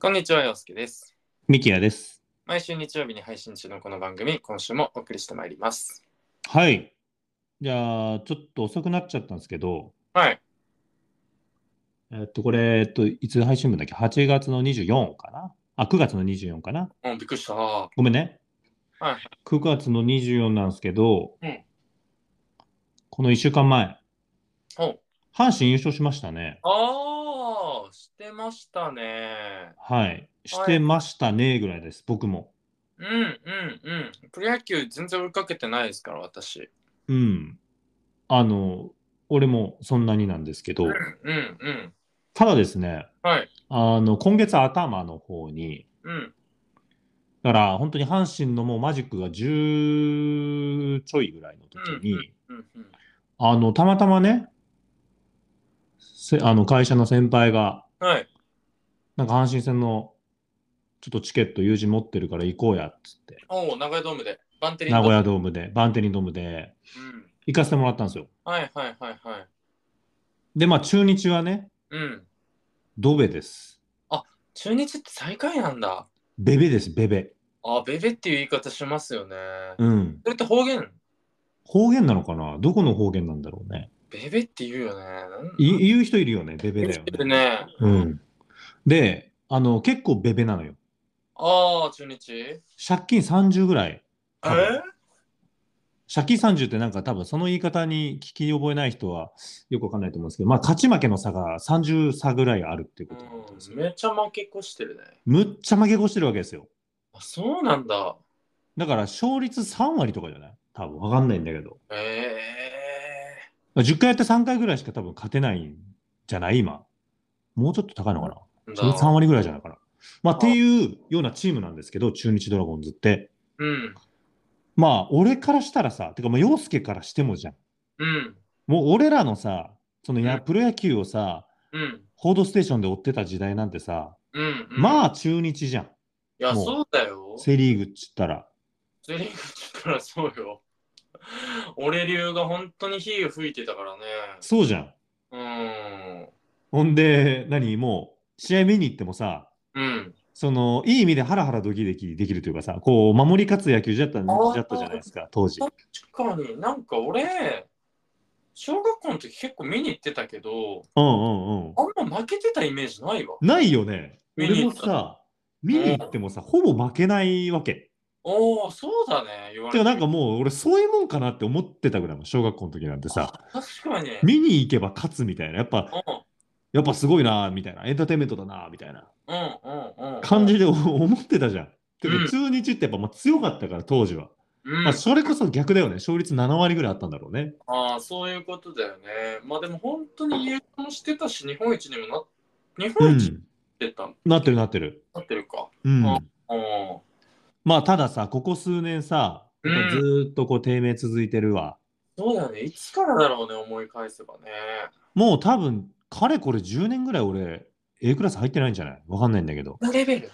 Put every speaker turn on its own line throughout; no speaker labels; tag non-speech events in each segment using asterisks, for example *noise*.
こんにちは、洋介です。
ミキヤです。
毎週日曜日に配信中のこの番組、今週もお送りしてまいります。
はい。じゃあ、ちょっと遅くなっちゃったんですけど、
はい。
えっと、これ、えっと、いつ配信分だっけ ?8 月の24かなあ、9月の24かな
うん、びっくりした。は
ごめんね。
い。
9月の24なんですけど、
うん
この1週間前、
おう
阪神優勝しましたね。
ああ、してましたね。
はい。してましたね、ぐらいです、僕も。
うんうんうん。プロ野球全然追いかけてないですから、私。
うん。あの、俺もそんなになんですけど、
うんうん。
ただですね、
はい。
あの、今月頭の方に、
うん。
だから本当に阪神のもうマジックが10ちょいぐらいの時に、
うんうん。
あのたまたまねせあの会社の先輩が
はい。
なんか阪神戦のちょっとチケット友人持ってるから行こうやっつって
おお、名古屋ドームで。バンテリンドー
名
ム
古屋ドームでバンテリンドームで
うん。
行かせてもらったんですよ
はいはいはいはい。
でまあ中日はね
うん。
ドベです
中日って最下位なんだ。
ベベですベベ
あ、ベベっていう言い方しますよね。
うん
それって方言
方言なのかなどこの方言なんだろうね
ベベって言うよね。なん
い言う人いるよねベベだよ
言ってる
ね
ね。
うんであの結構ベベなのよ
ああ、中日
借金30ぐらい。多分
え
借金30ってなんか多分その言い方に聞き覚えない人はよくわかんないと思うんですけど、まあ勝ち負けの差が30差ぐらいあるっていうことなんです
う
よ
ん、めっちゃ負け越してるね。
むっちゃ負け越してるわけですよ。
あ、そうなんだ。
だから勝率3割とかじゃない多分わかんないんだけど。
ええ
10回やって3回ぐらいしか多分勝てないんじゃない今。もうちょっと高いのかな
ー。
勝率3
だ
割ぐらいじゃないかな。まあっていうようなチームなんですけど、中日ドラゴンズって。
うん。
まあ俺からしたらさ、てかまあ洋介からしてもじゃん。
うん。
もう俺らのさ、そのや、
うん
プロ野球をさ、
うん。
報道ステーションで追ってた時代なんてさ、
うん。あ。
まあ中日じゃん。
いや、
もう
そうだよ。
セ・リーグっつったら。
セリフからそうよ。 *laughs* 俺流が本当に火を吹いてたからね。
そうじゃん。
うん。
ほんで、何もう、試合見に行ってもさ、
うん。
その、いい意味でハラハラドキドキできるというかさ、こう、守り勝つ野球じゃった
ー
じゃったじゃないですか、当時。
確かになんか俺、小学校の時結構見に行ってたけど、
うんうんうん。
あんま負けてたイメージないわ。
ないよね。
見に
俺
行
も
った
さ、見に行ってもさ、ほぼ負けないわけ。
おお、そうだね。言わ
て
れ
か、
て
なんかもう、俺、そういうもんかなって思ってたぐらいの、小学校の時なんてさ、
確かに。
見に行けば勝つみたいな、やっぱ、
うん
やっぱすごいな、みたいな、エンターテインメントだな、みたいな。
うんうんうん。
感じでお *laughs* 思ってたじゃん。で
うん
も中日ってやっぱまあ強かったから当時は。
うん、
まあ、それこそ逆だよね。勝率7割ぐらいあったんだろうね。
ああ、そういうことだよね。まあでも本当に優勝してたし、日本一にもな日
う
本一っ
ん。
てた、
なってるなってる。
なってるか。
うん。
うん。
まあたださ、ここ数年さ、
う
ず
ん
ーっとこう低迷続いてるわ。
そうだよね。いつからだろうね、思い返せばね。
もう多分、かれこれ10年ぐらい俺、A クラス入ってないんじゃないわかんないんだけど。
なレベル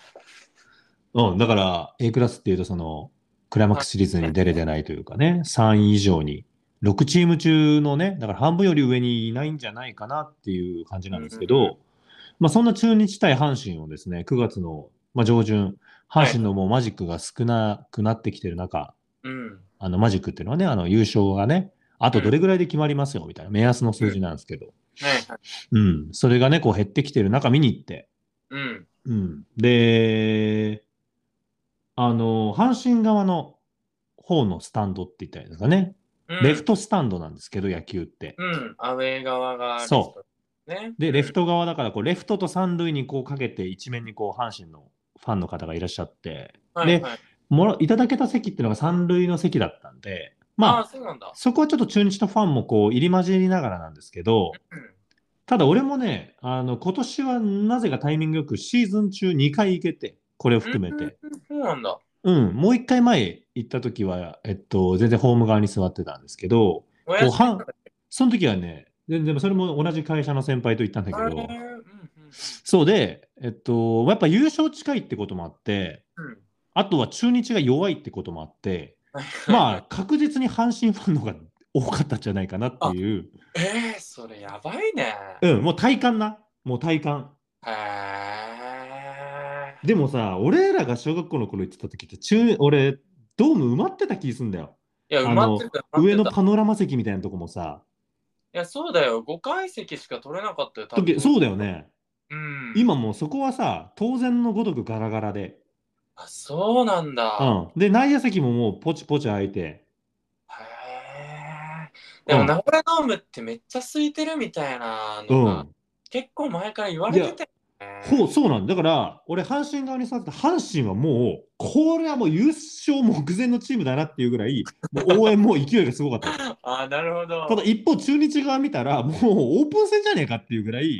うん。だから、A クラスっていうとその、クライマックスシリーズに出れてないというかね、3位以上に。6チーム中のね、だから半分より上にいないんじゃないかなっていう感じなんですけど、
うんうんうん
まあ、そんな中日対阪神をですね、9月の、まあ、上旬、阪神のもうマジックが少なくなってきてる中、
うん。
あのマジックっていうのはね、あの優勝がね、あとどれぐらいで決まりますよみたいな目安の数字なんですけど、
はいはい。
うん、それがね、こう減ってきてる中見に行って、
うん。
うん、で、あの、阪神側の方のスタンドって言ったらいいですかね、
うん、
レフトスタンドなんですけど、野球って。
うん。アウェー側がレフ
そ
ト。ね。
で、レフト側だからこう、レフトと三塁にこうかけて、一面にこう、阪神のファンの方がいらっしゃって、
うん。はいはい、
もらいただけた席っていうのが三塁の席だったんで、
ああ、
まあ、
そうなんだ。
そこはちょっと中日のファンもこう入り混じりながらなんですけど、
うん。
ただ俺もね、あの今年はなぜかタイミングよくシーズン中2回行けて、これを含めて、
うん。そうなんだ。
うん、もう1回前行った時は、えっと、全然ホーム側に座ってたんですけど、
お
こう
やす
はんその時はね、全然それも同じ会社の先輩と行ったんだ
み。
け
あれ
ど
うん、うん
そうで、えっと、やっぱ優勝近いってこともあって、
うんうん。
あとは中日が弱いってこともあ
*laughs*
って、まあ確実に阪神ファンの方が多かったんじゃないかなっていう、
えー、それやばいね。
うん、もう体感な、もう体感。
へ
でもさ、俺らが小学校の頃行ってた時って、中、俺、ドーム埋まってた気すんだよ。
いや、埋まってた、埋まってた。
上のパノラマ席みたいなとこもさ、
いや、そうだよ。5階席しか取れなかったよ、多
時
分
そうだよね。
うん。
今もうそこはさ、当然のごとくガラガラで。
あ、そうなんだ。
うん。で、内野席ももうポチポチ空いて。
へえ。でも、
うん
名古屋ドームってめっちゃ空いてるみたいな
う
のが、
ん。
結構前から言われてたよね。
ほう、そうなんだ。だから、俺、阪神側に座ってた阪神はもう、これはもう優勝目前のチームだなっていうぐらい、もう応援も勢いがすごかっ
*laughs*
た。
*laughs* あ、なるほど。
ただ一方、中日側見たら、もうオープン戦じゃねえかっていうぐらい、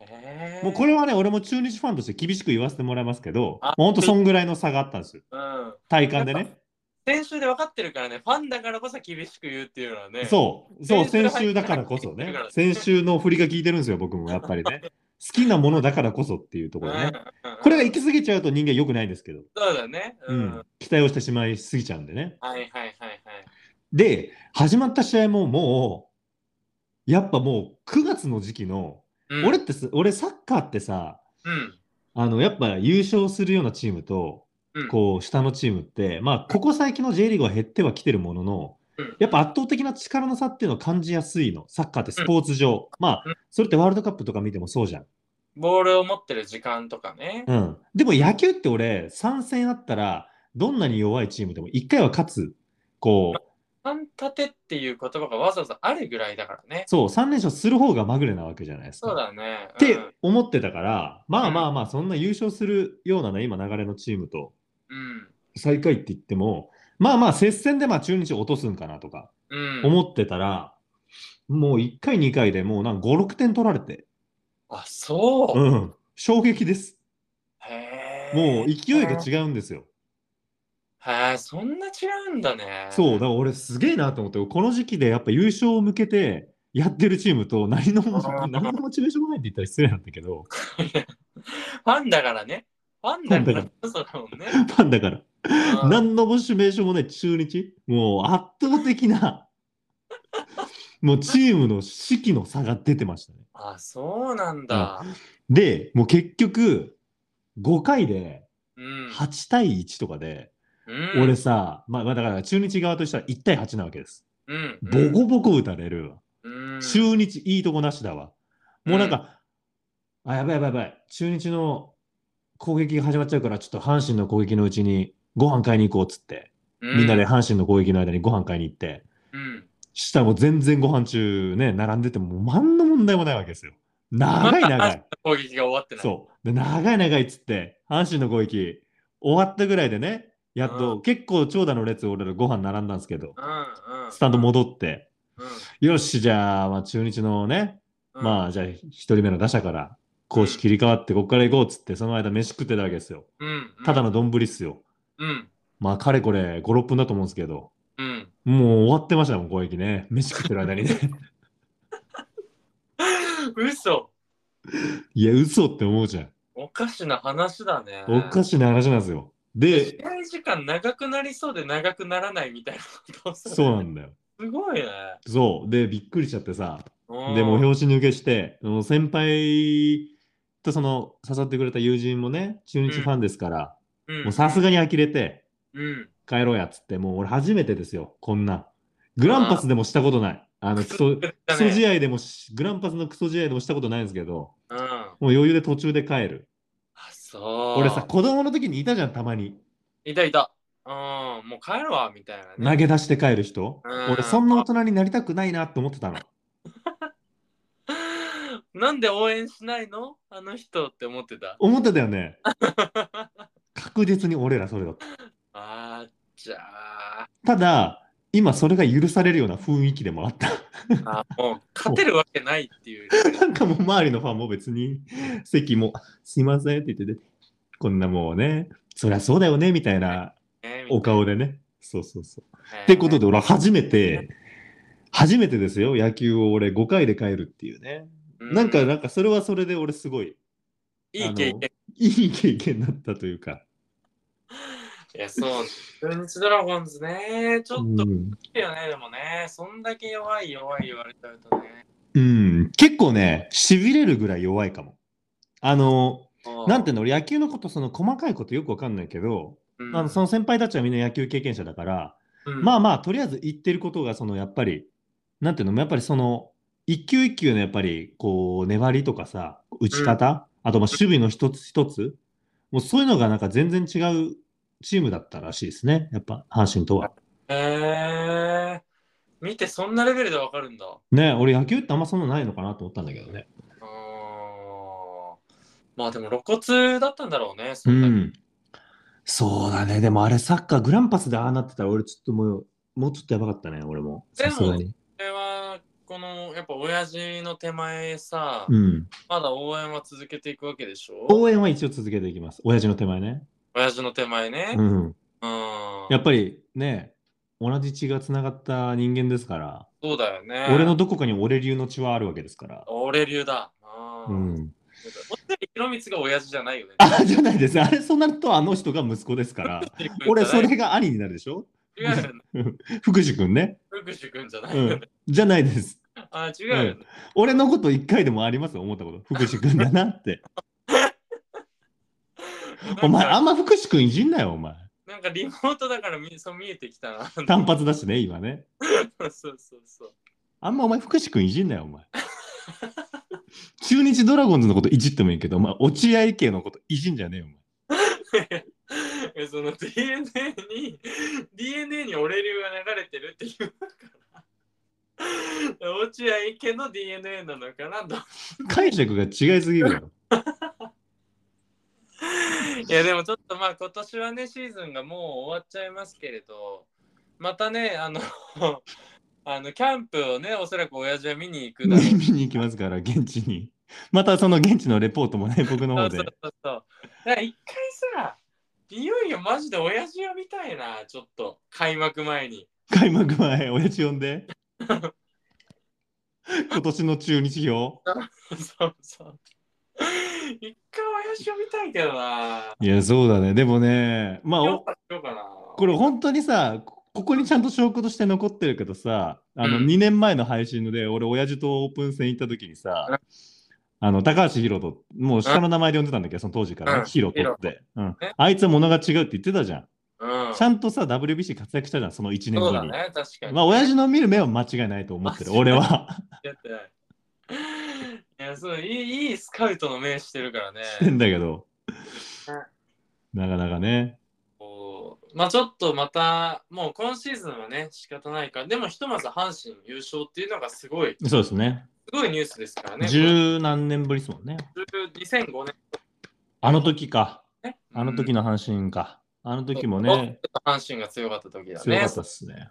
へえ
もうこれはね、俺も中日ファンとして厳しく言わせてもらいますけど、
あ
本当、そんぐらいの差があったんですよ、
うん。
体感でね。
先週で分かってるからね、ファンだからこそ厳しく言うっていうのはね。
そう、そう、
先週
先週だからこそ
入
ね
ってるから、ね
先週の振りが効いてるんですよ、僕もやっぱりね。好きなものだからこそっていう *laughs* ところね。
うんうんうん
これが行き過ぎちゃうと人間良くないですけど、
そうだね。
う
うんん。
期待をしてしまいすぎちゃうんでね。
はいはいはいはい。
で、始まった試合ももう、やっぱもう9月の時期の、
うん、
俺ってす俺サッカーってさ、
うん。
あのやっぱ優勝するようなチームと、
うん
こう下のチームって、まあ、ここ最近の J リーグは減ってはきてるものの、
うん
やっぱ圧倒的な力の差っていうのを感じやすいの、サッカーってスポーツ上、まあ
うん、
それってワールドカップとか見てもそうじゃん。
ボールを持ってる時間とかね。
うん、でも野球って俺、3戦あったら、どんなに弱いチームでも1回は勝つ、こう
半立てっていう言葉がわざわざあるぐらいだからね。
そう3連勝する方がまぐれなわけじゃないですか。
そうだね。
っ
う
て
ん
思ってたから、まあまあまあ、そんな優勝するようなね、今、流れのチームと
うん。
最下位って言っても、まあまあ、接戦でまあ中日落とすんかなとか
うん。
思ってたら、もう1回、2回でもうなんか5、6点取られて、
あ、そう。
うん、衝撃です。
へ
もう勢いが
違う。
違うんですよ。
へえ、そんな違うんだね。
そう、だから俺、すげえなと思って、この時期でやっぱ優勝を向けてやってるチームと、何のも
あー
何のモチベーションもないって言ったら失礼なんだけど、
ファンだからね。ファンだからこそだもんね。
ファンだから。
うん
何のモチベーションもない中日、もう圧倒的な、もうチームの士気の差が出てましたね。
あ、そうなんだ。
で、もう結局、5回で
うん。
8対1とかで、
うん
俺、さ、まあ、まあだから中日側としたら1対8なわけです。
うん。
ボコボコ打たれるわ。
うん。
中日、いいとこなしだわ。もうなんか、あ、やばいやばいやばい、中日の攻撃が始まっちゃうから、ちょっと阪神の攻撃のうちにご飯買いに行こうっつって、
う
みんなで。阪神の攻撃の間にご飯買いに行って、
うん。
したらもう全然ご飯中ね、並んでても、もう何の問題もないわけですよ。長い長
*laughs*
い。
攻撃が終わってない。
そう。で、長い長いっつって、阪神の攻撃、終わったぐらいでね、やっと、
う
結構長蛇の列、俺らご飯並んだんですけど、
うんうん。
スタンド戻って、
うん。
よし、じゃあ、まあ、中日のね、
うん
まあ、じゃあ、一人目の打者から、攻守切り替わって、こっから行こうっつって、その間、飯食ってたわけですよ。
うん。
ただの丼っすよ。
うん。
まあ、かれこれ、5、6分だと思うんですけど、
うん。
もう終わってましたもん、攻撃ね。飯食ってる
*laughs*
間にね。
嘘。
いや、嘘って思うじゃん。
おかしな話だね。
おかしな話なんですよ。で
試、合時間長くなりそうで長くならないみたいなこと
そうな
だ。
んだよ。
すごいね。
そう。で、びっくりしちゃってさ。
うん
で、もう表紙抜けして、その先輩とその誘ってくれた友人もね、中日ファンですから、
うん
もうさすがに呆れて、
うん。
帰ろうやっつって、もう俺初めてですよ、こんな。グランパスでもしたことない。あの、クソ、ク
だね
ソ試合でもし、グランパスのクソ試合でもしたことないんですけど、
うん。あ、
もう余裕で途中で帰る。
そう。
俺さ、、子供の時にいたじゃん、たまに。
いたいた。うん、もう帰るわ、みたいなね。
投げ出して帰る人。
うん
俺、そんな大人になりたくないなって思ってたの。
*laughs* なんで応援しないのあの人って思ってた。 *laughs*
思ってたよね。確実に俺らそれだった。
あーじゃあ。
ただ、今それが許されるような雰囲気でもあった。 *laughs*
あもう勝てるわけないっていう。
なんかもう周りのファンも別に、席も、すいませんって言ってて、こんなもうね、そりゃそうだよね、みたいな
ね
*laughs* お顔でね。そうそうそう。
っ
ってことで、俺初めて、初めてですよ、野球を俺5回で帰るっていうね。なんか、
い
なんかそれはそれで俺すごい、
い経
あの
験。
いい経験だったというか。
いや、そう。中日ドラゴンズね。ちょっと
うん
いいよね、でもね。そんだけ弱い弱い言われちゃうとね。
うん、結構ね、しびれるぐらい弱いかも。あの、なんていうの、俺野球のこと、その細かいことよくわかんないけど、
うん
あのその先輩たちはみんな野球経験者だから、
うん
まあまあ、とりあえず言ってることが、そのやっぱり、なんていうの、やっぱりその、一球一球のやっぱり、こう、粘りとかさ、打ち方、あとまあ守備の一つ一つ、もうそういうのがなんか全然違うチームだったらしいですね、やっぱ阪神とは。
へえ見てそんなレベルでわかるんだ。
ね俺野球ってあんまそんなないのかなと思ったんだけどね。
あーまあでも露骨だったんだろうね。
う
そんなに
ん。そうだね、でもあれサッカーグランパスでああなってたら、俺ちょっともう、もうちょっとやばかったね、俺も。
でも
さすがに。
これは、この、やっぱ親父の手前さ、
うん。
まだ応援は続けていくわけでしょ
応援は一応続けていきます。親父の手前ね。
親父の手前ね。
う
うん。
ん。やっぱりね、同じ血がつながった人間ですから、
そうだよね。
俺のどこかに俺流の血はあるわけですから。
俺流だ。あー
う。ん。
本当に広光が親父じゃないよね。
あ、じゃないです。あれ、そうなるとあの人が息子ですから、俺そ。れが兄になるでしょ
違うよね。
福士君ね。
福士君じゃないうよ
ん
ね。。
じゃないです。
あー、違うよね。
俺のこと一回でもあります思ったこと。福士君だなって。お前、あんま福士君いじんなよ、お前。
なんかリモートだからみそう見えてきたな。 *laughs*
単発だしね、今ね。
そうそうそう。
あんまお前、福士君いじんなよ、お *laughs* 前。中日ドラゴンズのこといじってもいいけど、お前、落合家のこといじんじゃねえよ、お前。
えその DNA に DNA に俺流が流れてるっていうから落合家の DNA なのかなと
解釈が違いすぎるよ。
いやでもちょっとまあ今年はねシーズンがもう終わっちゃいますけれどまたねあのあのキャンプをねおそらく親父は見に行くだろう
見に行きますから、現地に。またその現地のレポート
*laughs*
もね、僕の
そ
方
うそ
で
う。そうそうだから一回さいよいよマジで親父を見たいなちょっと開幕前に
開幕前、親父呼ん
*laughs*
で。今年の中日表。
そうそう。一回親父を見たいけどな。
いや、そうだね。でもね、まあ、
どう
お
かしようかな。
これ本当にさ、こここにちゃんと証拠として残ってるけどさ、あの
うん
2年前の配信ので、俺、親父とオープン戦行った時にさ、あの高橋宏斗、もう下の名前で呼んでたんだけど、その当時から
うん
ね、宏斗って、うん
ね。
あいつは物が違うって言ってたじゃん。
うん。
ちゃんとさ、WBC 活躍したじゃん、その1年
そう
後
だ
に。
ね、確かに。
まあ、親父の見る目は間違いないと思ってる、
間違い
俺は。 *laughs*
やってない。いや、そう、いい、いいスカウトの名してるからね。
してんだけど
ね。
なかなかね。
こうまあちょっとまた、もう今シーズンはね、仕方ないから、でもひとまず阪神優勝っていうのがすごい、す
そうですね。
ごいニュースですからね。
十何年ぶりですもんね。
2005年
あの時か。
ね。
あの時
の
の阪神か。あの時も
そうそう
ね、
阪神が強かった時だね。
強かったっすね。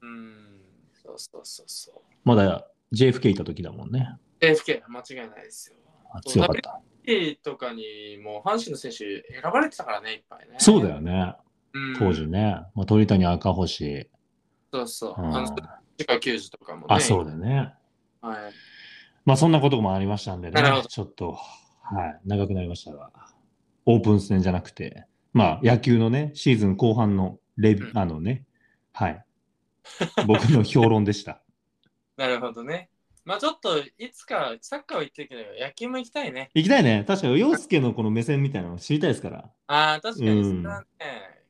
うん。そうそうそうそう。
まだ JFK いた時だもんね。
AFK、間違いないですよ。
あ強かった。
NBA とかにも阪神の選手選ばれてたからね、いっぱいね。
そうだよね、
うん
当時ね。まあ、鳥谷赤星。
そうそう。
うん
あの、世界球児とかもね。
あ、そうだよね。
はい。
まあ、そんなこともありましたんでね
なるほど。
ちょっと、はい、長くなりましたが、オープン戦じゃなくて、まあ、野球のね、シーズン後半のレビ、
うん
あのね、
*laughs*
はい、僕の評論でした。
なるほどね。まあちょっと、いつかサッカーは行ってるけど、野球も行きたいね。
行きたいね。確かに、洋介のこの目線みたいなの知りたいですから。
ああ、確か
う
に
ん
それはね、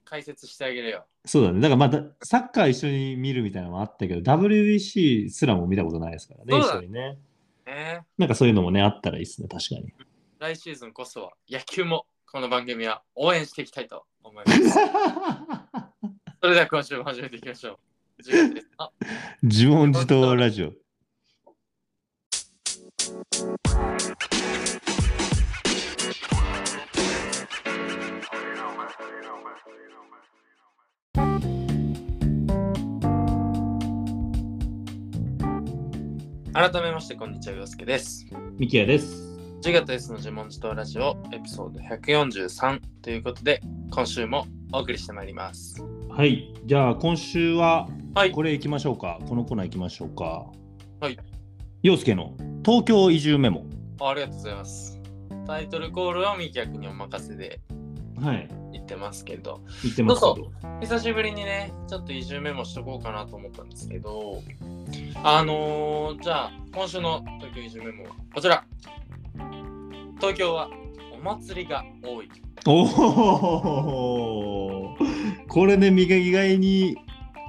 解説してあげるよ。
そうだね。だからまた、サッカー一緒に見るみたいなのもあったけど、WBC すらも見たことないですからね、
そう
一
だ
緒にね。
ね
なんかそういうのもね、あったらいいですね、確か
*laughs*
に。
来シーズンこそは、野球もこの番組は応援していきたいと思い
*laughs*
ます。それでは今週も始めていきましょう。次回ですあ
自問自答ラジオ。
改めまして、こんにちは、洋介です。
ミキヤです。
10月 S の自問自答ラジオエピソード143ということで今週もお送りしてまいります
はい。じゃあ、今週は、
はい
これ行きましょうか。このコーナー行きましょうか。
はい。
洋介の東京移住メモ。
ありがとうございますタイトルコールはみきやくにお任せで
はい。
言ってますけど
行ってますけど。
ど久しぶりにねちょっと移住メモしとこうかなと思ったんですけどあのー、じゃあ今週の東京移住メモはこちら東京はお祭りが多い。
おおこれね、みが意外に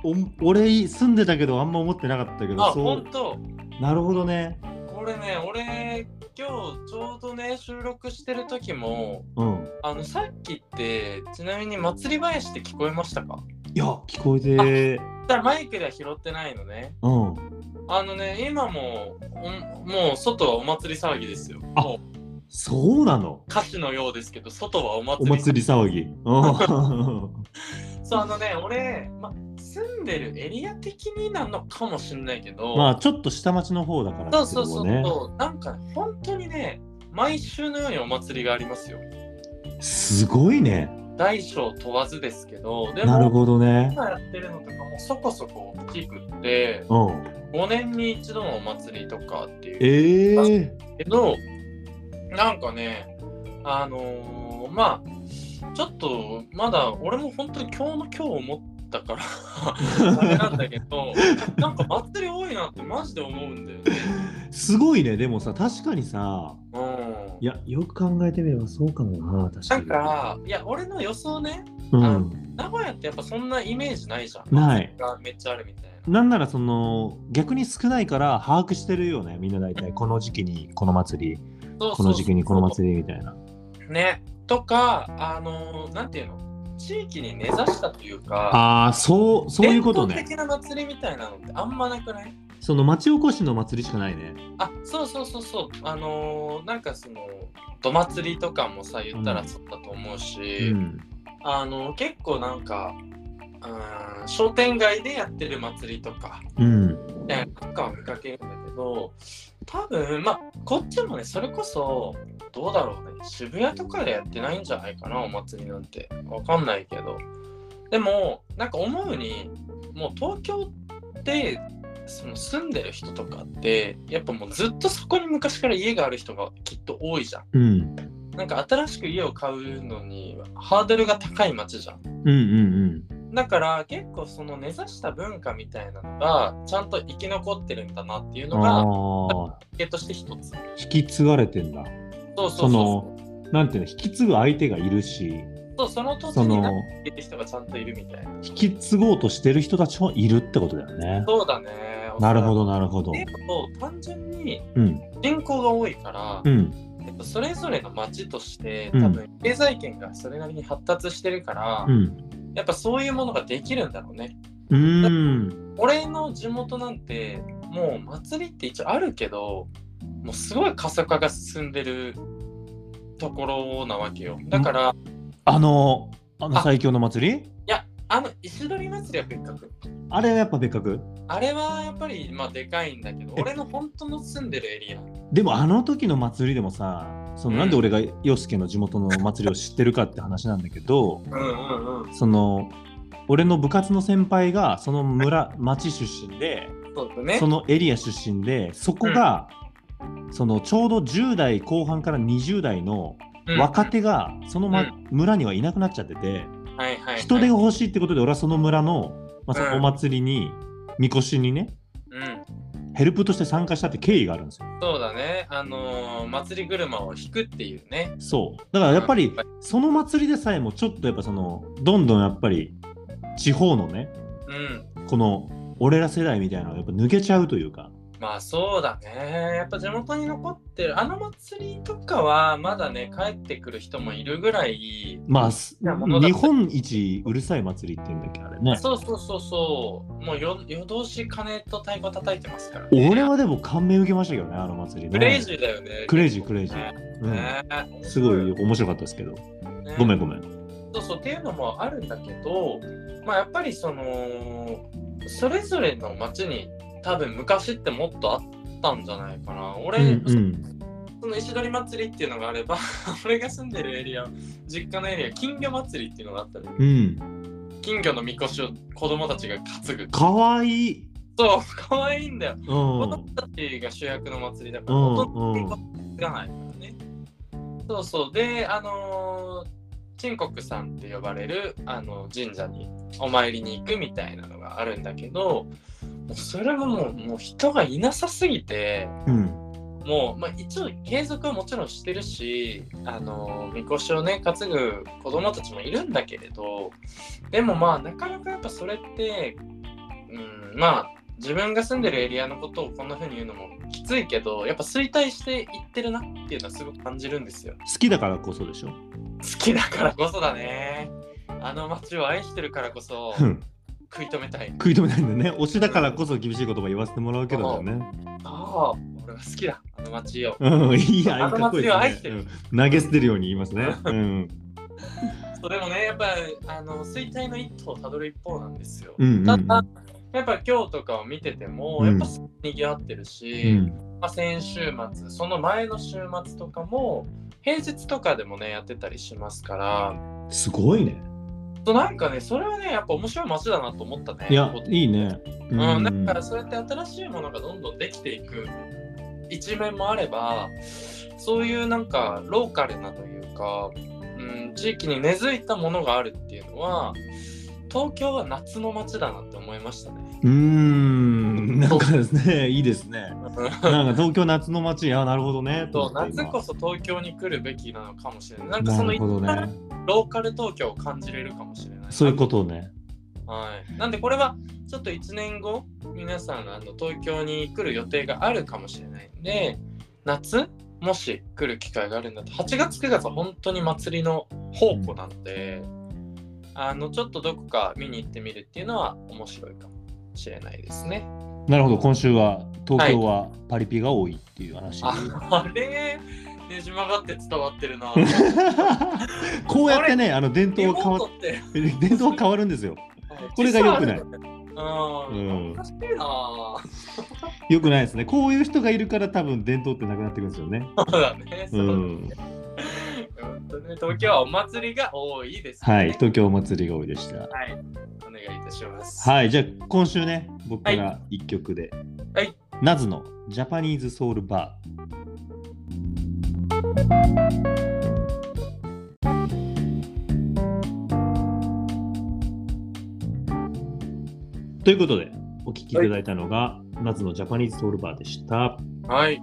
お俺住んでたけどあんま思ってなかったけ
あ、
ど、そ
ほ
うん
と。
なるほどね。
これね、俺、今日ちょうどね、収録してる時も、
うん。
あの、さっきって、ちなみに祭り林って聞こえましたか
いや、聞こえて、
だからマイクでは拾ってないのね。
うん。
あのね、今も、おもう外はお祭り騒ぎですよ。
あ
もう
そうなの。
歌詞のようですけど、外はお
お
祭り。
祭り騒ぎ。うん。
そう、あのね、俺、ま、住んでるエリア的になのかもしんないけど、
*laughs* まあ、ちょっと下町の方だから
そう
って
そう
こ
そ
と
う、
ね。
なんか本当にね、毎週のようにお祭りがありますよ。
すごいね。
大小問わずですけど、で
なる
も、
ほどね。
今やってるのとかもそこそこ大きくって、
うん。
5年に一度のお祭りとかっていう。
ええ
けどなんかねあのーまあちょっとまだ俺も本当に今日の今日思ったからあれなんだけどなんか祭り多いなってマジで思うんだよね。
すごいね。でもさ、確かにさ、
うん
いや、よく考えてみればそうかもな、確か
な
に。
んかいや俺の予想ね
うん。
名古屋ってやっぱそんなイメージないじゃん。
ない
がめっちゃあるみたいな。
なんならその逆に少ないから把握してるよねみんな大体この時期にこの祭り
そうそう
この時期にこの祭りみたいな
り。ね。とかあのーなんていうの地域に根ざしたというか
ああそうそういうこと
伝
ね
統的な祭りみたいなのってあんまなくない
その町おこしの祭りしかないね
あそうそうそうそうあのーなんかそのど祭りとかもさ言ったらそうだと思うし、
うん
あの結構なんかうーん商店街でやってる祭りとか
うん
みたいなのとかを見かけるんだけど多分まあこっちもねそれこそどうだろうね渋谷とかでやってないんじゃないかなお祭りなんてわかんないけどでもなんか思うにもう東京ってその住んでる人とかってやっぱもうずっとそこに昔から家がある人がきっと多いじゃん
うん
なんか新しく家を買うのにハードルが高い街じゃん
うんうん
だから結構その根ざした文化みたいなのがちゃんと生き残ってるんだなっていう
う
の
ん
が
ああ
系として一つ
引き継がれてんだ
そうそ
そうの
そ
なんていうの引き継ぐ相手がいるし
うそうその土地
そ
に
の
なってる人がちゃんといるみたいな
引き継ごうとしてる人たちもいるってことだよね
そうだね
なるほどなるほど
でも単純に
うん
人口が多いから、
うん
えっと、それぞれの町として
うん
多分経済圏がそれなりに発達してるから、
うん
やっぱそういうものができるんだろうね
うーん
俺の地元なんてもう祭りって一応あるけどもうすごい過疎化が進んでるところなわけよだから、い
あのあの
あ
最強の祭り
やあの石鳥祭りは別格
あれはやっぱ別格
あれはやっぱりまあでかいんだけど
え
俺の本当の住んでるエリア
でもあの時の祭りでもさそのなんで俺が洋介の地元の祭りを知ってるかって話なんだけど
うんうんうん
その俺の部活の先輩がその村町出身で
そうだね
そのエリア出身でそこが、そのちょうど10代後半から20代の
うん
若手がその、ま
う
村にはいなくなっちゃってて、
はいはいはい
人手が欲しいってことで俺はその村の、まあ、そ
うん
のお祭りに、みこしにね
うん
ヘルプとして参加したって経緯があるんですよ。
そうだねあのー祭り車を引くっていうね
そうだからやっぱ
う
り
ん
その祭りでさえもちょっとやっぱそのどんどんやっぱり地方のね
うん
この俺ら世代みたいなのがやっぱ抜けちゃうというか
まあそうだねやっぱ地元に残ってるあの祭りとかはまだね帰ってくる人もいるぐらい
まあす
や物だ
日本一うるさい祭りって言うんだっけあれね
そうそうそうそう。もうよ夜通し金と太鼓叩いてますから、ね。
俺はでも感銘受けましたけどねあの祭りね
クレイジーだよね。
クレイジークレイジ
ね
ー、うん、
ね
すごいよ面白かったですけど
ね
ごめんごめん
そうそうっていうのもあるんだけど、まあやっぱりそのそれぞれの町に多分昔ってもっとあったんじゃないかな。俺、
うんうん
その石鳥祭りっていうのがあれば、 *laughs* 俺が住んでるエリア、実家のエリア、金魚祭りっていうのがあったの。
うん
金魚のみこしを子供たちが担ぐ。
かわいい
そう、かわいいんだよ。
うん
子
う
供たちが主役の祭りだから、
ん
大人
う
に
ん
こつかないからね。そうそう。で、あのー、陳国さんって呼ばれるあの神社にお参りに行くみたいなのがあるんだけど、もうそれはもうもう人がいなさすぎて、
うん
もう、まあ、一応継続はもちろんしてるしあのみこしをね担ぐ子供たちもいるんだけれどでもまあなかなかやっぱそれって、うん、まあ自分が住んでるエリアのことをこんな風に言うのもきついけどやっぱ衰退していってるなっていうのはすごく感じるんですよ
好きだからこそでしょ。
好きだからこそだねあの街を愛してるからこそ
うん
食い止めたい
食い止めないんだね。推しだからこそ厳しい言葉言わせてもらうけどね。
ああ俺は好きだあの街を
うん、いいや、
あの
かっこい
祭
い
りを愛
で
し
す
て
ね
る。
うん投げ捨てるように言いますね。うん。
そうでもねやっぱあの衰退の一途をたどる一方なんですよ、
うんうん
ただやっぱ今日とかを見てても、
うん
やっぱにぎわってる
う
し、
ん。
まあ、先週末その前の週末とかも平日とかでもねやってたりしますから
すごいね。
そうなんかねそれはねやっぱ面白い街だなと思ったね
いや、いいね。う
うん
ん。
だからそうやって新しいものがどんどんできていく一面もあればそういうなんかローカルなというか、うん、地域に根付いたものがあるっていうのは東京は夏の街だなって思いましたね。
うーん、なんかですね、いいですね。なんか東京夏の街、あ、なるほどね。
そう夏こ
そ。
そ東京に来るべきなのかもしれない。なんかそ
な
の
る
一
ほど
番
ね。
ローカル東京を感じれるかもしれない。
そういうことね。
はい、なんでこれはちょっと1年後皆さんあの東京に来る予定があるかもしれないんで夏もし来る機会があるんだと8月9月は本当に祭りの宝庫なので、あのちょっとどこか見に行ってみるっていうのは面白いかもしれないですね。
なるほど、今週は東京はパリピが多いっていう話。
ああれねじ曲がって伝わってるな。
*laughs* こうやってね、あの伝
リ
統
モ
は変
ー
わ
トって
っ伝統は変わるんですよ。これが良くない
うん。
うん
おかしいな。
よくないですね。こういう人がいるから、多分伝統ってなくなってくるんですよね。
そうだね。そううだね
ん。
本当ね、東京はお祭りが多いです、ね。
はい、東京お祭りが多いでした。
はい。お願いいたします。
はい、じゃあ今週ね、僕から一曲で。
はい。
ナズのジャパニーズソウルバー。ということで、お聞きいただいたのが、ナズのジャパニーズソウルバーでした。
はい。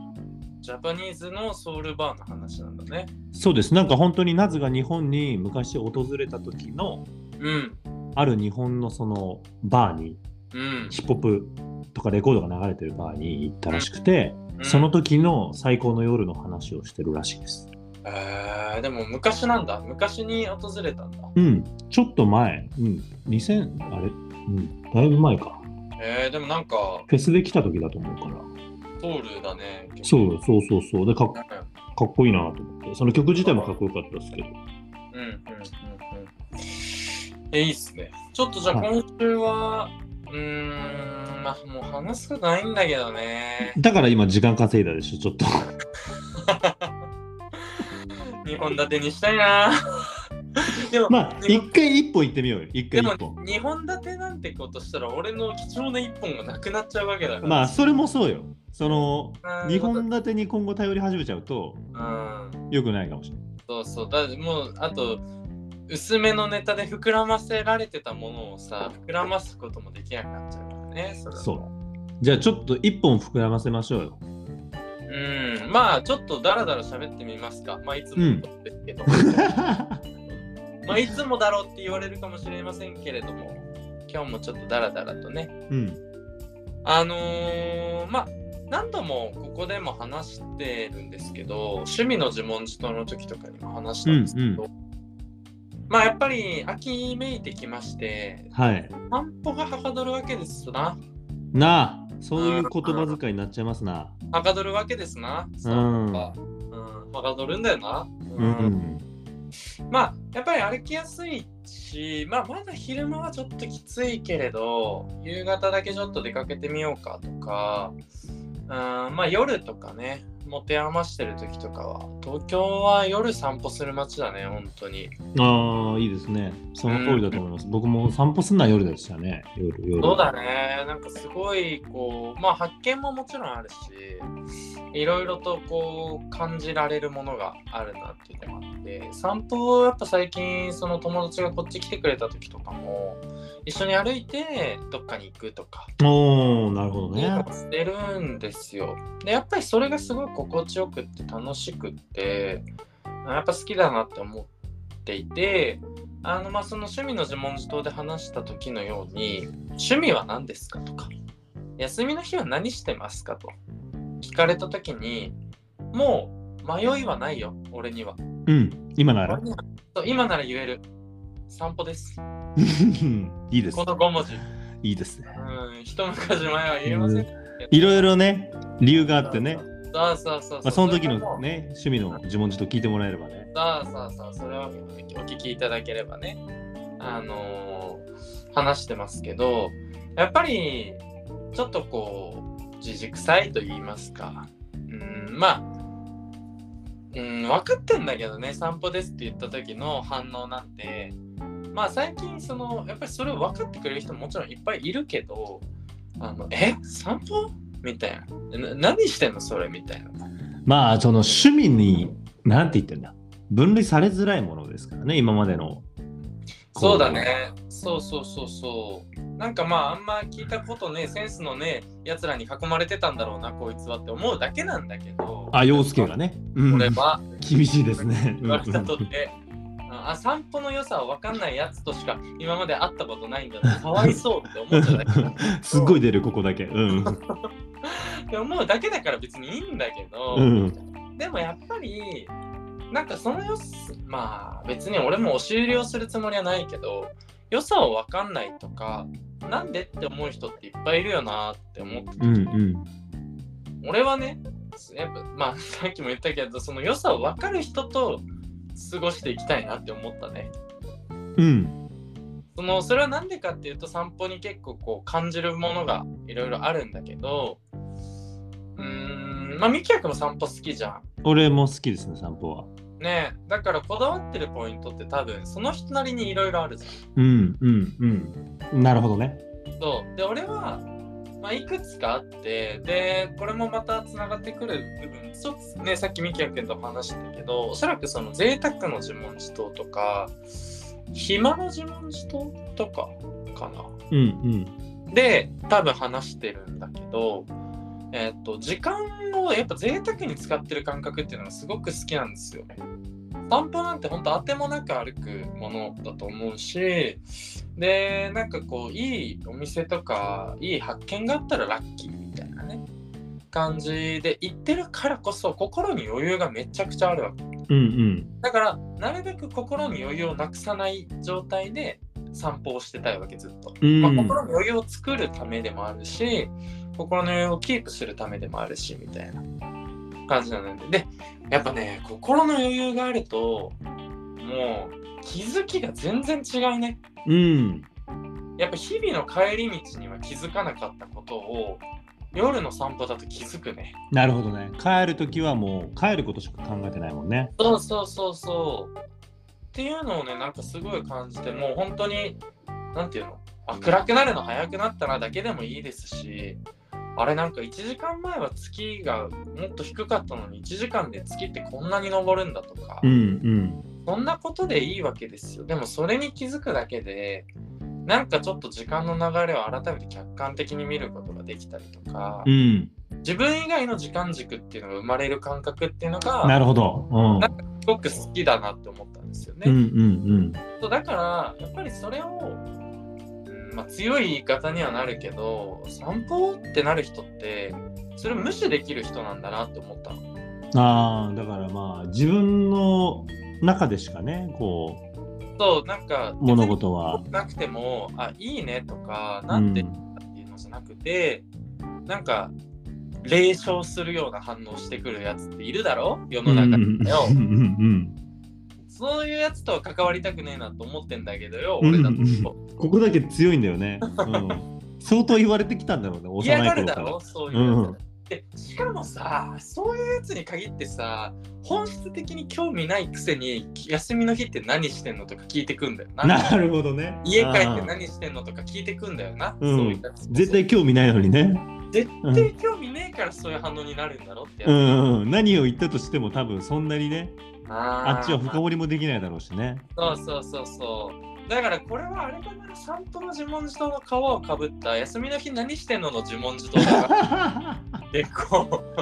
ジャパニーズのソウルバーの話なんだね。
そうです。なんか本当にナズが日本に昔訪れた時の、
うん。
ある日本のそのバーに、
うん。
ヒップホップとかレコードが流れてるバーに行ったらしくて、
うん
その。時の最高の夜の話をしてるらしいです。
えー、でも昔なんだ。昔に訪れたんだ。
うん、ちょっと前、うん、2000、あれ、うん、だいぶ前か。
えー、でもなんか、
フェスで来た時だと思うから。
ソウルだね。
そうそうそうそう。でかっ、
うん。
かっこいいなと思って。その曲自体もかっこよかったですけど。
うん。うん。うん。うん。え、いいっすね。ちょっとじゃあ今週は、うーん、まあもう話すことないんだけどね。
だから今時間稼いだでしょ、ちょっと。 *laughs*
日本立てにしたいな。 *laughs* でも、
まあ、
日
一
本
回一本行ってみようよ。一回
でも
一本。
日本立てなんてことしたら俺の貴重な一本がなくなっちゃうわけだから。
まあ、それもそうよ。その
あ、ー
日本立てに今後頼り始めちゃうと、
うん、
良くないかもしれない。
そうそう。だってもうあと薄めのネタで膨らませられてたものをさ膨らますこともできなくなっちゃうからね。それは
そう。じゃあちょっと一本膨らませましょうよ。
うん。まあちょっとダラダラ喋ってみますか。まあいつも
うん
ですけど。まあいつもだろうって言われるかもしれませんけれども今日もちょっとダラダラとね
うん。
あのーまあ何度もここでも話してるんですけど趣味の自問自答の時とかにも話したんですけど、まあやっぱり秋めいてきまして
はい。
散歩がはかどるわけですな
なあ、そういう言葉遣いになっちゃいますな。
はかどるわけですな
う
散
ん。
歩
う
が、うん、はかどるんだよな、
んうん。
まあやっぱり歩きやすいし、まあ、まだ昼間はちょっときついけれど夕方だけちょっと出かけてみようかとかうんまあ夜とかね持て余してる時とかは東京は夜散歩する街だね本当に
ああ、いいですね。その通りだと思います。僕も散歩すんな夜でしたね。夜、夜。
そうだねなんかすごいこうまあ発見ももちろんあるしいろいろとこう感じられるものがあるなっていうのがあって散歩をやっぱ最近その友達がこっち来てくれた時とかも一緒に歩いてどっかに行くとか
おー、なるほど
いい
ね
の。をしてるんですよでやっぱりそれがすごい心地よくって楽しくってあやっぱ好きだなって思っていてあのまあその趣味の自問自答で話した時のように趣味は何ですかとか休みの日は何してますかと聞かれた時にもう迷いはないよ俺には
うん、今なら。
そう今なら言える散歩です
*laughs* いいです
こ
ね。
の5文字
いいですね。
うん一昔前は言えませんけど
いろいろね、理由があってね、
そうそうそうう。
まあ、その時のね、趣味の自問自答聞いてもらえればね。
さあさあさあ、それはお聞きいただければね、あのー話してますけど、やっぱり、ちょっとこう、自軸臭いと言いますか、うん、まあ、うん、分かってんだけどね、散歩ですって言った時の反応なんて、まあ最近、その、やっぱりそれを分かってくれる人ももちろんいっぱいいるけど、あの、え散歩みたいな。な何してんのそれみたいな。
まあ、その趣味に、なんて言ってんだ、分類されづらいものですからね、今までの。こ
そうだ。ね。そうそうそうそう。なんかまああんま聞いたことねセンスのねやつらに囲まれてたんだろうなこいつはって思うだけなんだけど
あ、洋介がね。うん
俺は
厳しいですね。
言われたとってあ散歩の良さを分かんないやつとしか今まで会ったことないんだなかわいそうって思っただけだ
すっごい出る、ここだけ。うん。
って思うだけだから別にいいんだけど、
うん。
でもやっぱりなんかその良さまあ別に俺も押し売りをするつもりはないけど良さを分かんないとかなんでって思う人っていっぱいいるよなって思って
うんうん。
俺はねやっぱまあ *laughs* さっきも言ったけどその良さを分かる人と過ごしていきたいなって思ったね
うん。
そのそれは何でかっていうと散歩に結構こう感じるものがいろいろあるんだけどうーんまあみきやくんも散歩好きじゃん
俺も好きですね、散歩は。
ねえだからこだわってるポイントって多分その人なりにいろいろあるじゃん
うんうんうん。なるほどね。
そうで俺は、まあ、いくつかあってでこれもまたつながってくる部分そうっすねさっきみきやくんとも話したけどおそらくその贅沢の自問自答とか暇の自問自答とかかな
うんうん。
で多分話してるんだけどえっと時間をやっぱ贅沢に使ってる感覚っていうのがすごく好きなんですよ散歩なんて本当あてもなく歩くものだと思うしでなんかこういいお店とかいい発見があったらラッキーみたいなね感じで行ってるからこそ心に余裕がめちゃくちゃあるわけ
うん
だからなるべく心に余裕をなくさない状態で散歩をしてたいわけずっと、
うん。
まあ、
うん
心の余裕を作るためでもあるし心の余裕をキープするためでもあるしみたいな感じなのででやっぱね心の余裕があるともう気づきが全然違うね
うん。
やっぱ日々の帰り道には気づかなかったことを夜の散歩だと気づくね
なるほどね。帰るときはもう帰ることしか考えてないもんね。
そうそうそうそうっていうのをねなんかすごい感じてもう本当になんていうのあ暗くなるの早くなったなだけでもいいですしあれなんか1時間前は月がもっと低かったのに1時間で月ってこんなに昇るんだとか、
うん
そんなことでいいわけですよ。でもそれに気づくだけで、なんかちょっと時間の流れを改めて客観的に見ることができたりとか
うん。う、ん。
自分以外の時間軸っていうのが生まれる感覚っていうの
な
が、
るほど。うん。
なんかすごく好きだなって思ったんですよ
うん
ね。
うん
そうだから、やっぱりそれを、うんまあ、強い言い方にはなるけど、散歩ってなる人って、それを無視できる人なんだなって思ったの。
うん。ああ、だからまあ自分の中でしかね、こ
そう、なんか、
う物事は。
なくても、あ、いいねとか、
う
なん
ん
て、っていうのじゃなくてなんか冷笑するような反応してくるやつっているだろ世の中にだよ、
うんうん
そういうやつとは関わりたくねえなと思ってんだけどよ
うん
俺だと、
うん。ここだけ強いんだよ
*laughs*
ね。うん。相当言われてきたんだろうね、
嫌
幼
が
い
る
頃
だ
から
ろ。そういうやつ、
うん
でしかもさそういうやつに限ってさ本質的に興味ないくせに休みの日って何してんのとか聞いてくんだよな
なるほどね。
家帰
あ
って
ー
何してんのとか聞いてくんだよな、
うん
そういうやつ
絶対興味ないのにね。
絶
うん
対興味ねえからそういう反応になるんだろってやつ、
うんうん、何を言ったとしても多分そんなにね
あ
あ
ー
っちは深掘りもできないだろうし
*laughs*
ね
そうそうそうそう。だからこれはあれかな、散歩の自問自答の皮をかぶった、休みの日何してんのの自問自答だから結構。 *laughs*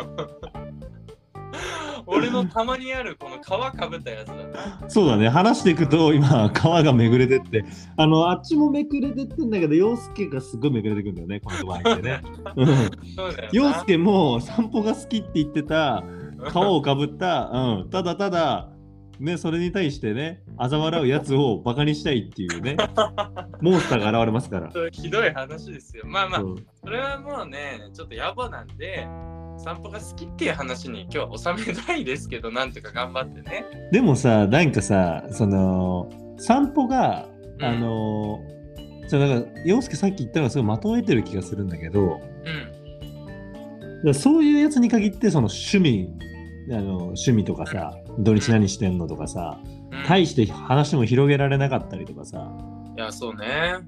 俺のたまにあるこの皮かぶったやつだね。
そうだね話していくと今皮がめぐれてってあのあっちもめくれてってんだけど陽介がすごいめぐれてくんだよねこの場合ってね。うん
*laughs* そうだよな。
陽介も散歩が好きって言ってた皮をかぶった、うん、ただただ、ね、それに対してね嘲笑うやつをバカにしたいっていう
*laughs*
ねモンスターが現れますから。
ひどい話ですよ。まあまあ
う、ん
それはもうね、ちょっと野暮なんで、散歩が好きっていう話に今日は収めたいですけど、なんとか頑張ってね。
でもさなんかさその散歩が
うん
あ、のそうだから陽介さっき言ったのがすごいまとえてる気がするんだけど
うん、
だからそういうやつに限ってその趣味あの趣味とかさ土日何してんのとかさ
うん。
大
い
して話も広げられなかったりとかさ、
や、そうね。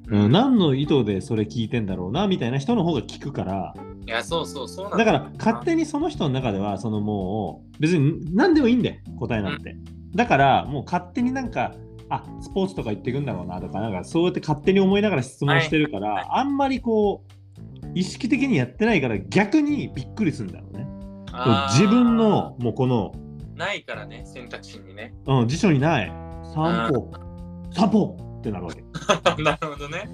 うん、何の意図でそれ聞いてんだろうなみたいな人の方が聞くから
いや、そうそう、そうなん
だから勝手にその人の中ではそのもう別に何でもいいんだよ答えなんてだからもう勝手になんかあスポーツとか言ってくんだろうなとかなんかそうやって勝手に思いながら質問してるから、
はい
あんまりこう意識的にやってないから逆にびっくりするんだろうね
あー
自分のもうこの、
ないからね、選択肢にね。 *laughs*
うん、辞書にない散歩散歩ってなるわけ、
なるほどね。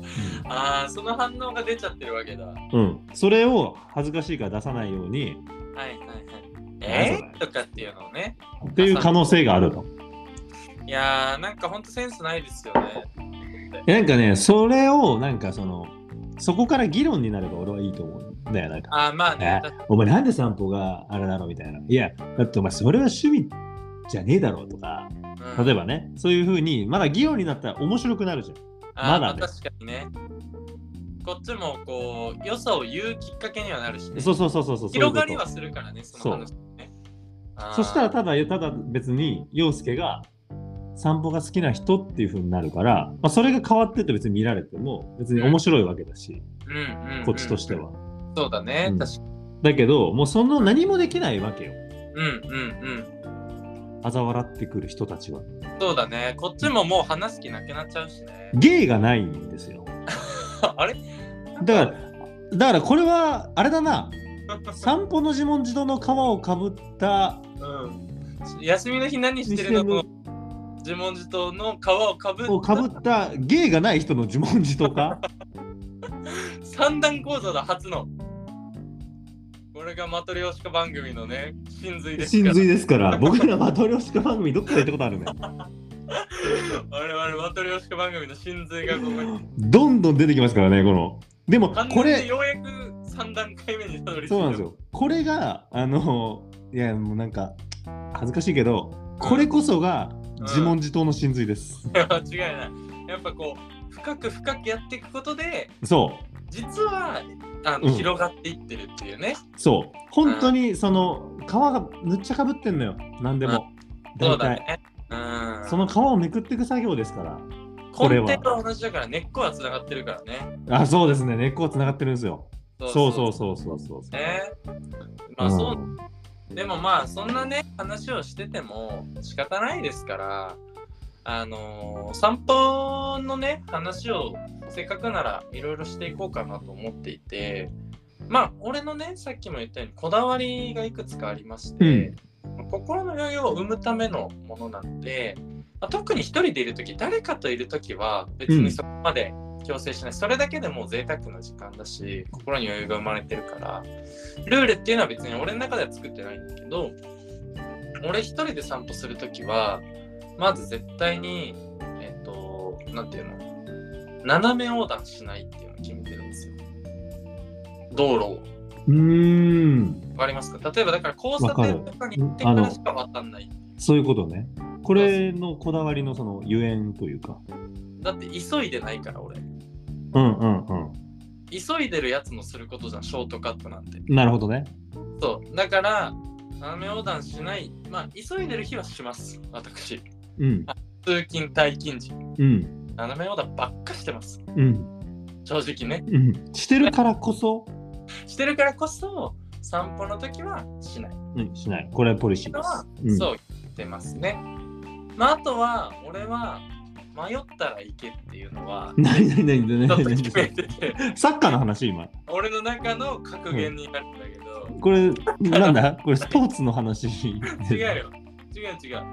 ああ、その反応が出ちゃってるわけだ。は
うん、それを恥ずかしいから出さないように
いはいはい。
な
え
るほ
ー、
ど
とかっていうのをね。
っていう可能性があると。
いやー、なんかほんとセンスないですよね。
なんかね、それを、なんかその、そこから議論になれば俺はいいと思うんだよ。なんか、
ああ、まあね
え。お前なんで散歩があれなのみたいな。いや、だってお前それは趣味じゃねえだろうとか、例え
ば、
ばね、そういうふうに、まだ議論になったら面白くなるじゃん。
あー
まだね
確かにね。こっちもこう、良さを言うきっかけにはなるし、ね、
そうそうそうそうそう。
広がり
そういう
はするからね、そ
そう
の話ね。あ
こ
ー
とそしたら、ただ、ただ別に、陽介が、散歩が好きな人っていうふうになるから、まあ、それが変わってって別に見られても別に面白いわけだし、
うんうんうん
こっちとして。は。
そうだね、
うん
確かに。
だけど、もうその何もできないわけよ。
うんうん
嘲笑ってくる人たちは。
うん。そうだね、こっちももう話す気なくなっちゃうしね。 *laughs*
芸がないんですよ。
あれ
だから、だからこれは、あれだな。散歩の自問自答の皮をかぶった
*laughs* うん、休みの日何してるの自問自答の皮をかぶっ
をかぶった芸がない人の自問自答 *laughs* か
三段構造だ初のこれがマトリョーシカ番組のね真髄ですか
真
ら
髄ですから、僕らマトリョーシカ番組どっかで行ったことあるね。
*laughs* 我々マトリョーシカ番組の真髄がここに
どんどん出てきますからね、この。でも
完、
こ
全に
れ、
ようやく三段階目にたどり着いた
そうなんですよ。これが、あの、いや、もうなんか、恥ずかしいけど、これこそが自問自答の真髄です。
*laughs* 間違いないやっぱこう深く深くやっていくことで
そう。
実はあの、
うん
広がっていってるっていうね
そう本当にその皮がむっちゃかぶってんのよ何でも、
そ
大
うだ
体
ねうん
その皮をめくっていく作業ですからこれ
根
は
底と同じだから根っこはつながってるからね
あそうですね根っこがつながってるんですよそうそうそうそうそうそう
ね。まあそう、
ん
でもまあそんなね話をしてても仕方ないですからあのー散歩のね話をせっかくならいろいろしていこうかなと思っていてまあ俺のねさっきも言ったようにこだわりがいくつかありまして、心の余裕を生むためのものなので、まあ特に一人でいる時誰かといる時は別にそこまで強制しない、それだけでもう贅沢な時間だし心に余裕が生まれてるからルールっていうのは別に俺の中では作ってないんだけど俺一人で散歩する時はまず絶対にえっ、となんていうの斜め横断しないっていうのを決めてるんですよ道路を
うーん
わかりますか例えばだから交差点とかに行ってからしか渡んない
そういうことねこれのこだわりのそのゆえんというか
だって急いでないから俺
うんうんうん
急いでるやつのすることじゃんショートカットなんて
なるほどね
そうだから斜め横断しないまあ急いでる日はします私
うん
通勤退勤時
うん
斜め横断ばっかしてます
うん
正直ね
うんしてるからこそ、
してるからこそ散歩の時はしない
うん、しないこれはポリシー
のは、
です、
そう言ってますねまああとは俺は迷ったら行けっていうのは
うん、何何何何
ちょっ
何
と
何
決めてて
サッカーの話今
俺の中の格言になるんだけど、
これ、なんだこれ、スポーツの話。違
違うよ。違う違う。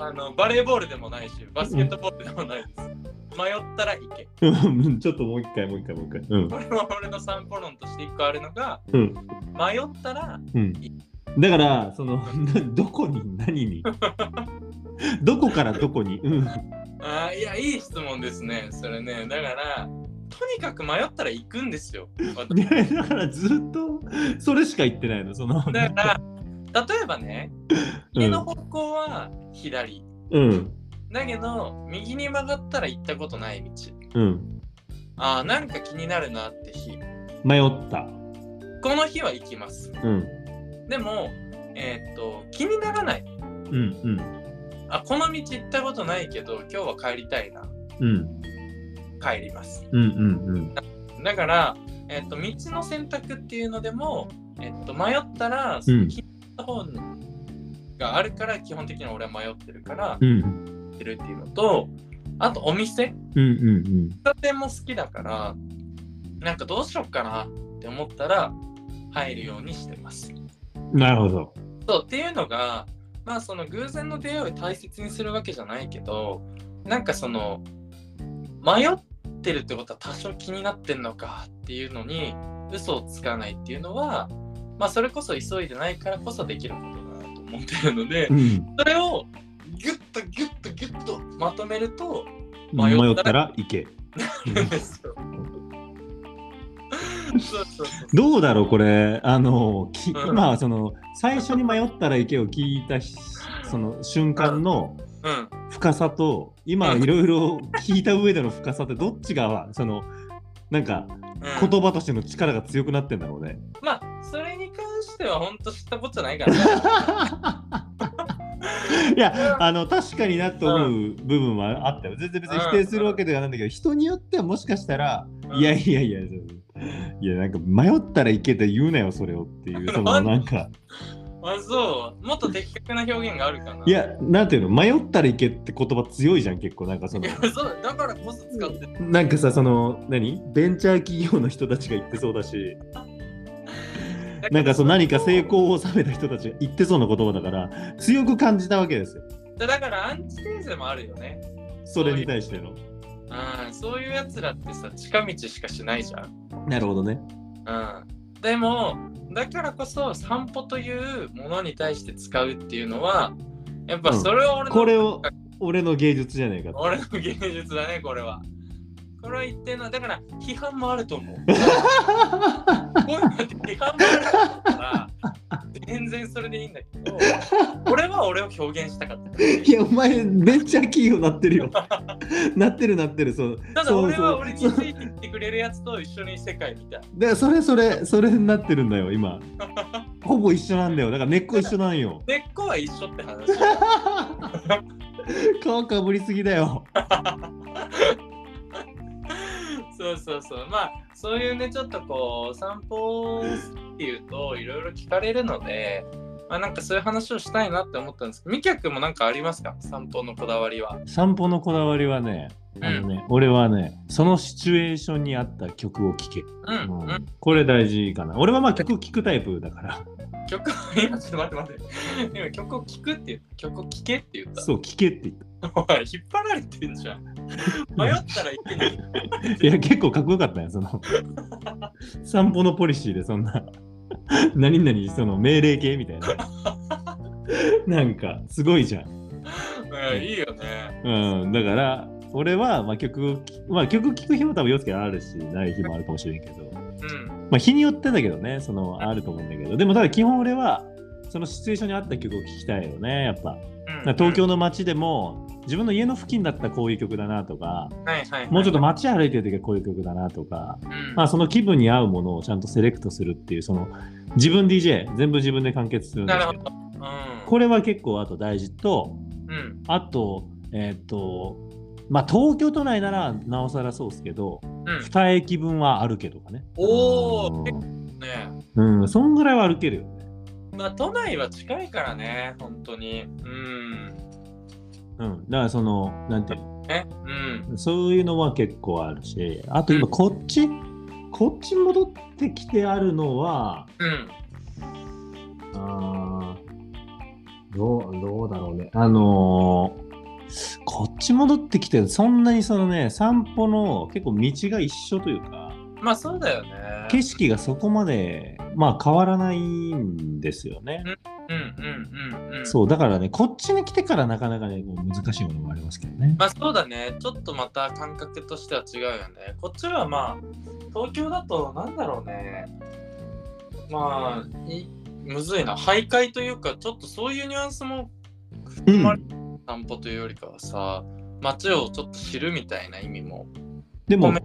あの、バレーボールでもないし、バスケットボールでもないです。迷ったら行け。
うんちょっともう一回、もう一回、もう一回。うん。
これは俺の散歩論として一個あるのが、
うん
迷ったら
うん。だから、その、などこに、何に。どこからどこに。うん。
あーいやいい質問ですねそれねだからとにかく迷ったら行くんですよ
でだから、ずっと、それしか言ってないの。その、
だから例えばね
うん
家の方向は左、
うん。
だけど右に曲がったら行ったことない道
うん。
あーなんか気になるなって日
迷った。
この日は行きます
うん。
でもえーっと気にならない
うん。うん。
あこの道行ったことないけど今日は帰りたいな
うん。
帰ります
うん。うん。うん。
だから、えっと、道の選択っていうのでも、えっと、迷ったら、そ
うん
の聞いた方があるから、基本的に俺は迷ってるから、
うん。
言ってるっていうのと、あとお店、
うん。うん。
喫茶店も好きだから、なんかどうしよっかなって思ったら、入るようにしてます。
うん。なるほど。
そうっていうのが、まあその偶然の出会いを大切にするわけじゃないけど、なんかその、迷ってるってことは多少気になってんのかっていうのに嘘をつかないっていうのは、まあそれこそ急いでないからこそできることだなと思ってるので
う、ん。
それをギュッとギュッとギュッとまとめると、 *laughs*
迷
迷
っ
ったら
たら行け。
そうそうそうそう
どうだろうこれあのき
うん
今その最初に迷ったら行けを聞いたひその瞬間の
うん
深さと今
うん
いろいろ聞いた上での深さってどっちがそのなんか
うん
言葉としての力が強くなってんだろう
*laughs*
ね。
まあそれに関しては本当知ったことないからね
いやあの確かになと思う部分はあったよ。全然別に否定するわけではないんだけど人によってはもしかしたら
うん
*laughs* いやいやいやいやなんか迷ったら行けって言うなよそれをっていう
*laughs*
そのなんか。
あそうもっと的確な表現があるかない
いや、なんていうの、迷ったらいけって言葉強いじゃん、結構。なんかその
い、やそうだからこそ使ってる
*laughs* なんかさ、その、何ベンチャー企業の人たちが言ってそうだし、 *laughs* なんかその何か成功を収めた人たちが言ってそうな言葉だから、強く感じたわけですよ。
だだからアンチテーゼもあるよね
それに対しての。
うんそういうやつらってさ近道しかしないじゃん
なるほどね。
うんでもだからこそ散歩というものに対して使うっていうのはやっぱそれを俺の、
これを、俺の芸術じゃねえかと。
俺の芸術だねこれはこれは言ってんのだから批判もあると思うこういうのって批判もあると思うから全然それでいいんだけど俺は俺を表現したかった
いや、お前、ベンチャー企業なってるよ。 *laughs* なってるなってる。そう。
ただ
そう
俺
そう
は俺についてきてくれるやつと一緒に世界みたい。
で、それそれ、それになってるんだよ、 *laughs* 今。ほぼ一緒なんだよ。だから根っこ一緒なん *laughs* よ。
根っこは一緒って話。
皮かぶりすぎだよ。
そうそうそう。まあそういうねちょっとこう散歩っていうといろいろ聞かれるので、まあなんかそういう話をしたいなって思ったんですけど、みきゃくんもなんかありますか散歩のこだわりは。
散歩のこだわりはね、あのね、俺はね、そのシチュエーションに合った曲を聴け。
うん、う
うん
ん、
これ大事かな。俺はまあ曲聴くタイプだから、 *laughs*
曲を今ちょっと待って待って。今曲を聴くって言った。曲を聴けって言った。
そう、聴けって言っ
おい、引っ張られてんじゃん。迷ったらいけない。
た。いや、結構かっこよかったよ、そ *laughs* の。散歩のポリシーでそんな、何々、その命令系みたい *laughs* な。なんか、すごいじゃん。
うん、いいよね。
うん、だから、俺は、まあ、曲を聴く、まあ、曲聴く日も多分、洋介あるし、ない日もあるかもしれんけど。
うん。
まあ、日によってだけどね、そのあると思うんだけど、でもただ基本俺は、そのシチュエーションに合った曲を聴きたいよね、やっぱ。だか
うん
ら東京の街でも、自分の家の付近だったらこういう曲だなとか、
はいはいはい
もうちょっと街歩いてる時はこういう曲だなとか、
うん
まあ、その気分に合うものをちゃんとセレクトするっていう、その自分 DJ、全部自分で完結するんで
な
す
る
け
ほ
ど、
ど。うん。
これは結構あと大事と、
うん。
あと、えーっと、まあ、東京都内ならなおさらそうですけど、
うん。
2駅分は歩けとかね。
おー
うん
ね
うん、そんぐらいは歩けるよね。
まあ、都内は近いからね、本当に。うん。
うん、だからその、なんていう
ね。うん。
の、そういうのは結構あるし、あと今
うん
こっち、こっち戻ってきてあるのは、
うん。
あーどう、どうだろうね。あのーこっち戻ってきて、そんなにそのね、散歩の結構道が一緒というか、
まあそうだよね。
景色がそこまで、まあ変わらないんですよね。
うんうんうんうん。
そう、だからね、こっちに来てからなかなかね、こう難しいものもありますけどね。
まあそうだね、ちょっとまた感覚としては違うよね。こっちはまあ、東京だとなんだろうね、まあ、いむずいな、徘徊というか、ちょっとそういうニュアンスも
うん
まあ散歩というよりかはさ、街をちょっと知るみたいな意味も。
で
ご
も
め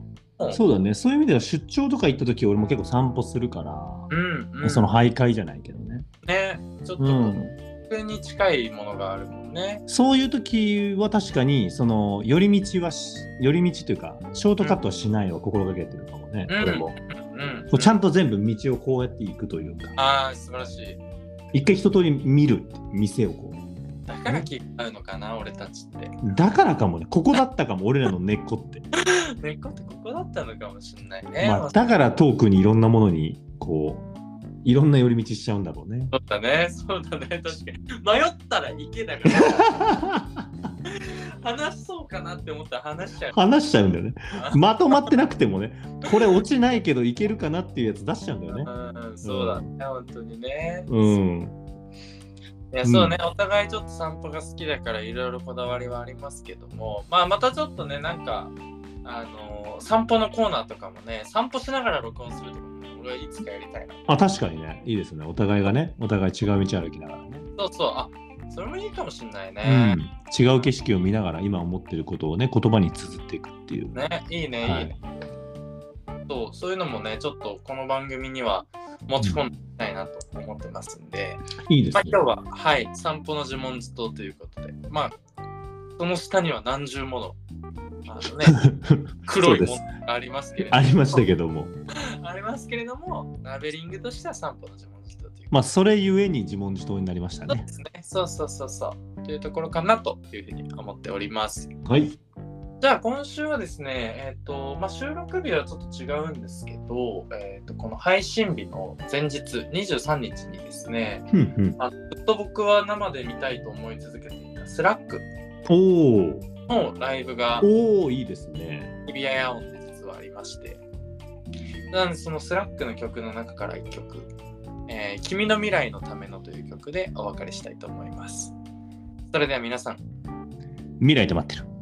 ん、
そうだね、そういう意味では出張とか行った時俺も結構散歩するから、
うん、うん。
その徘徊じゃないけどね。
ね、ちょっと
うん
僕に近いものがあるもんね。
そういう時は確かにその寄り道はし寄り道というかショートカットはしないを心がけてるかもね、
うん
俺もこ
うん、
うちゃんと全部道をこうやって行くというか
ああ、素晴らしい。
一回一通り見る店をこう
だから気が合うのかな、俺たちって。 *laughs*
だからかもねここだったかも俺らの根っこって、
根っこってここだったのかもしれないね。
まあ、だから遠くにいろんなものにこういろんな寄り道しちゃうんだろうね
そうだね、そうだね、確かに。迷ったらいけだ
*laughs*
から、話そうかなって思ったら話し
*laughs*
ちゃう。
話しちゃうんだよねまとまってなくてもねこれ落ちないけどいけるかなっていうやつ出しちゃうんだよね
うん、そうだね、本当にね。
うん
いや、そうね、お互いちょっと散歩が好きだから、いろいろこだわりはありますけども、まあ、またちょっとね、なんか、あのー散歩のコーナーとかもね、散歩しながら録音するとかもね、俺はいつかやりたいな。
あ確かにねいいですねお互いがねお互い違う道歩きながらね
そうそう、あそれもいいかもしれないね。
うん、違う景色を見ながら今思ってることをね言葉に綴っていくっていう、
ね、いいね、いいね。
はい
そう、そういうのもね、ちょっとこの番組には持ち込んでいきたいなと思ってますんで、
いいで
まあ
すね
今日は、はい、散歩の自問自答ということで、まあ、その下には何重もの、あの *laughs* ね、黒いものがありますけれど
あ
も、
りましたけども
ありますけれども、ラベリングとしては散歩の自問自答というこ
まあそれゆえに自問自答になりました
と
ね
ですね。そうそうそうそう。というところかなというふうに思っております。
はい
じゃあ今週はですね、えっとまあ、収録日はちょっと違うんですけど、えっとこの配信日の前日23日にですね
ふんふん
あずっと僕は生で見たいと思い続けていたスラック
お
のライブが
おおーいいですね
日比谷野音で実はありましてなのでそのスラックの曲の中から1曲「えー君の未来のための」という曲でお別れしたいと思いますそれでは皆さん
未来と待ってる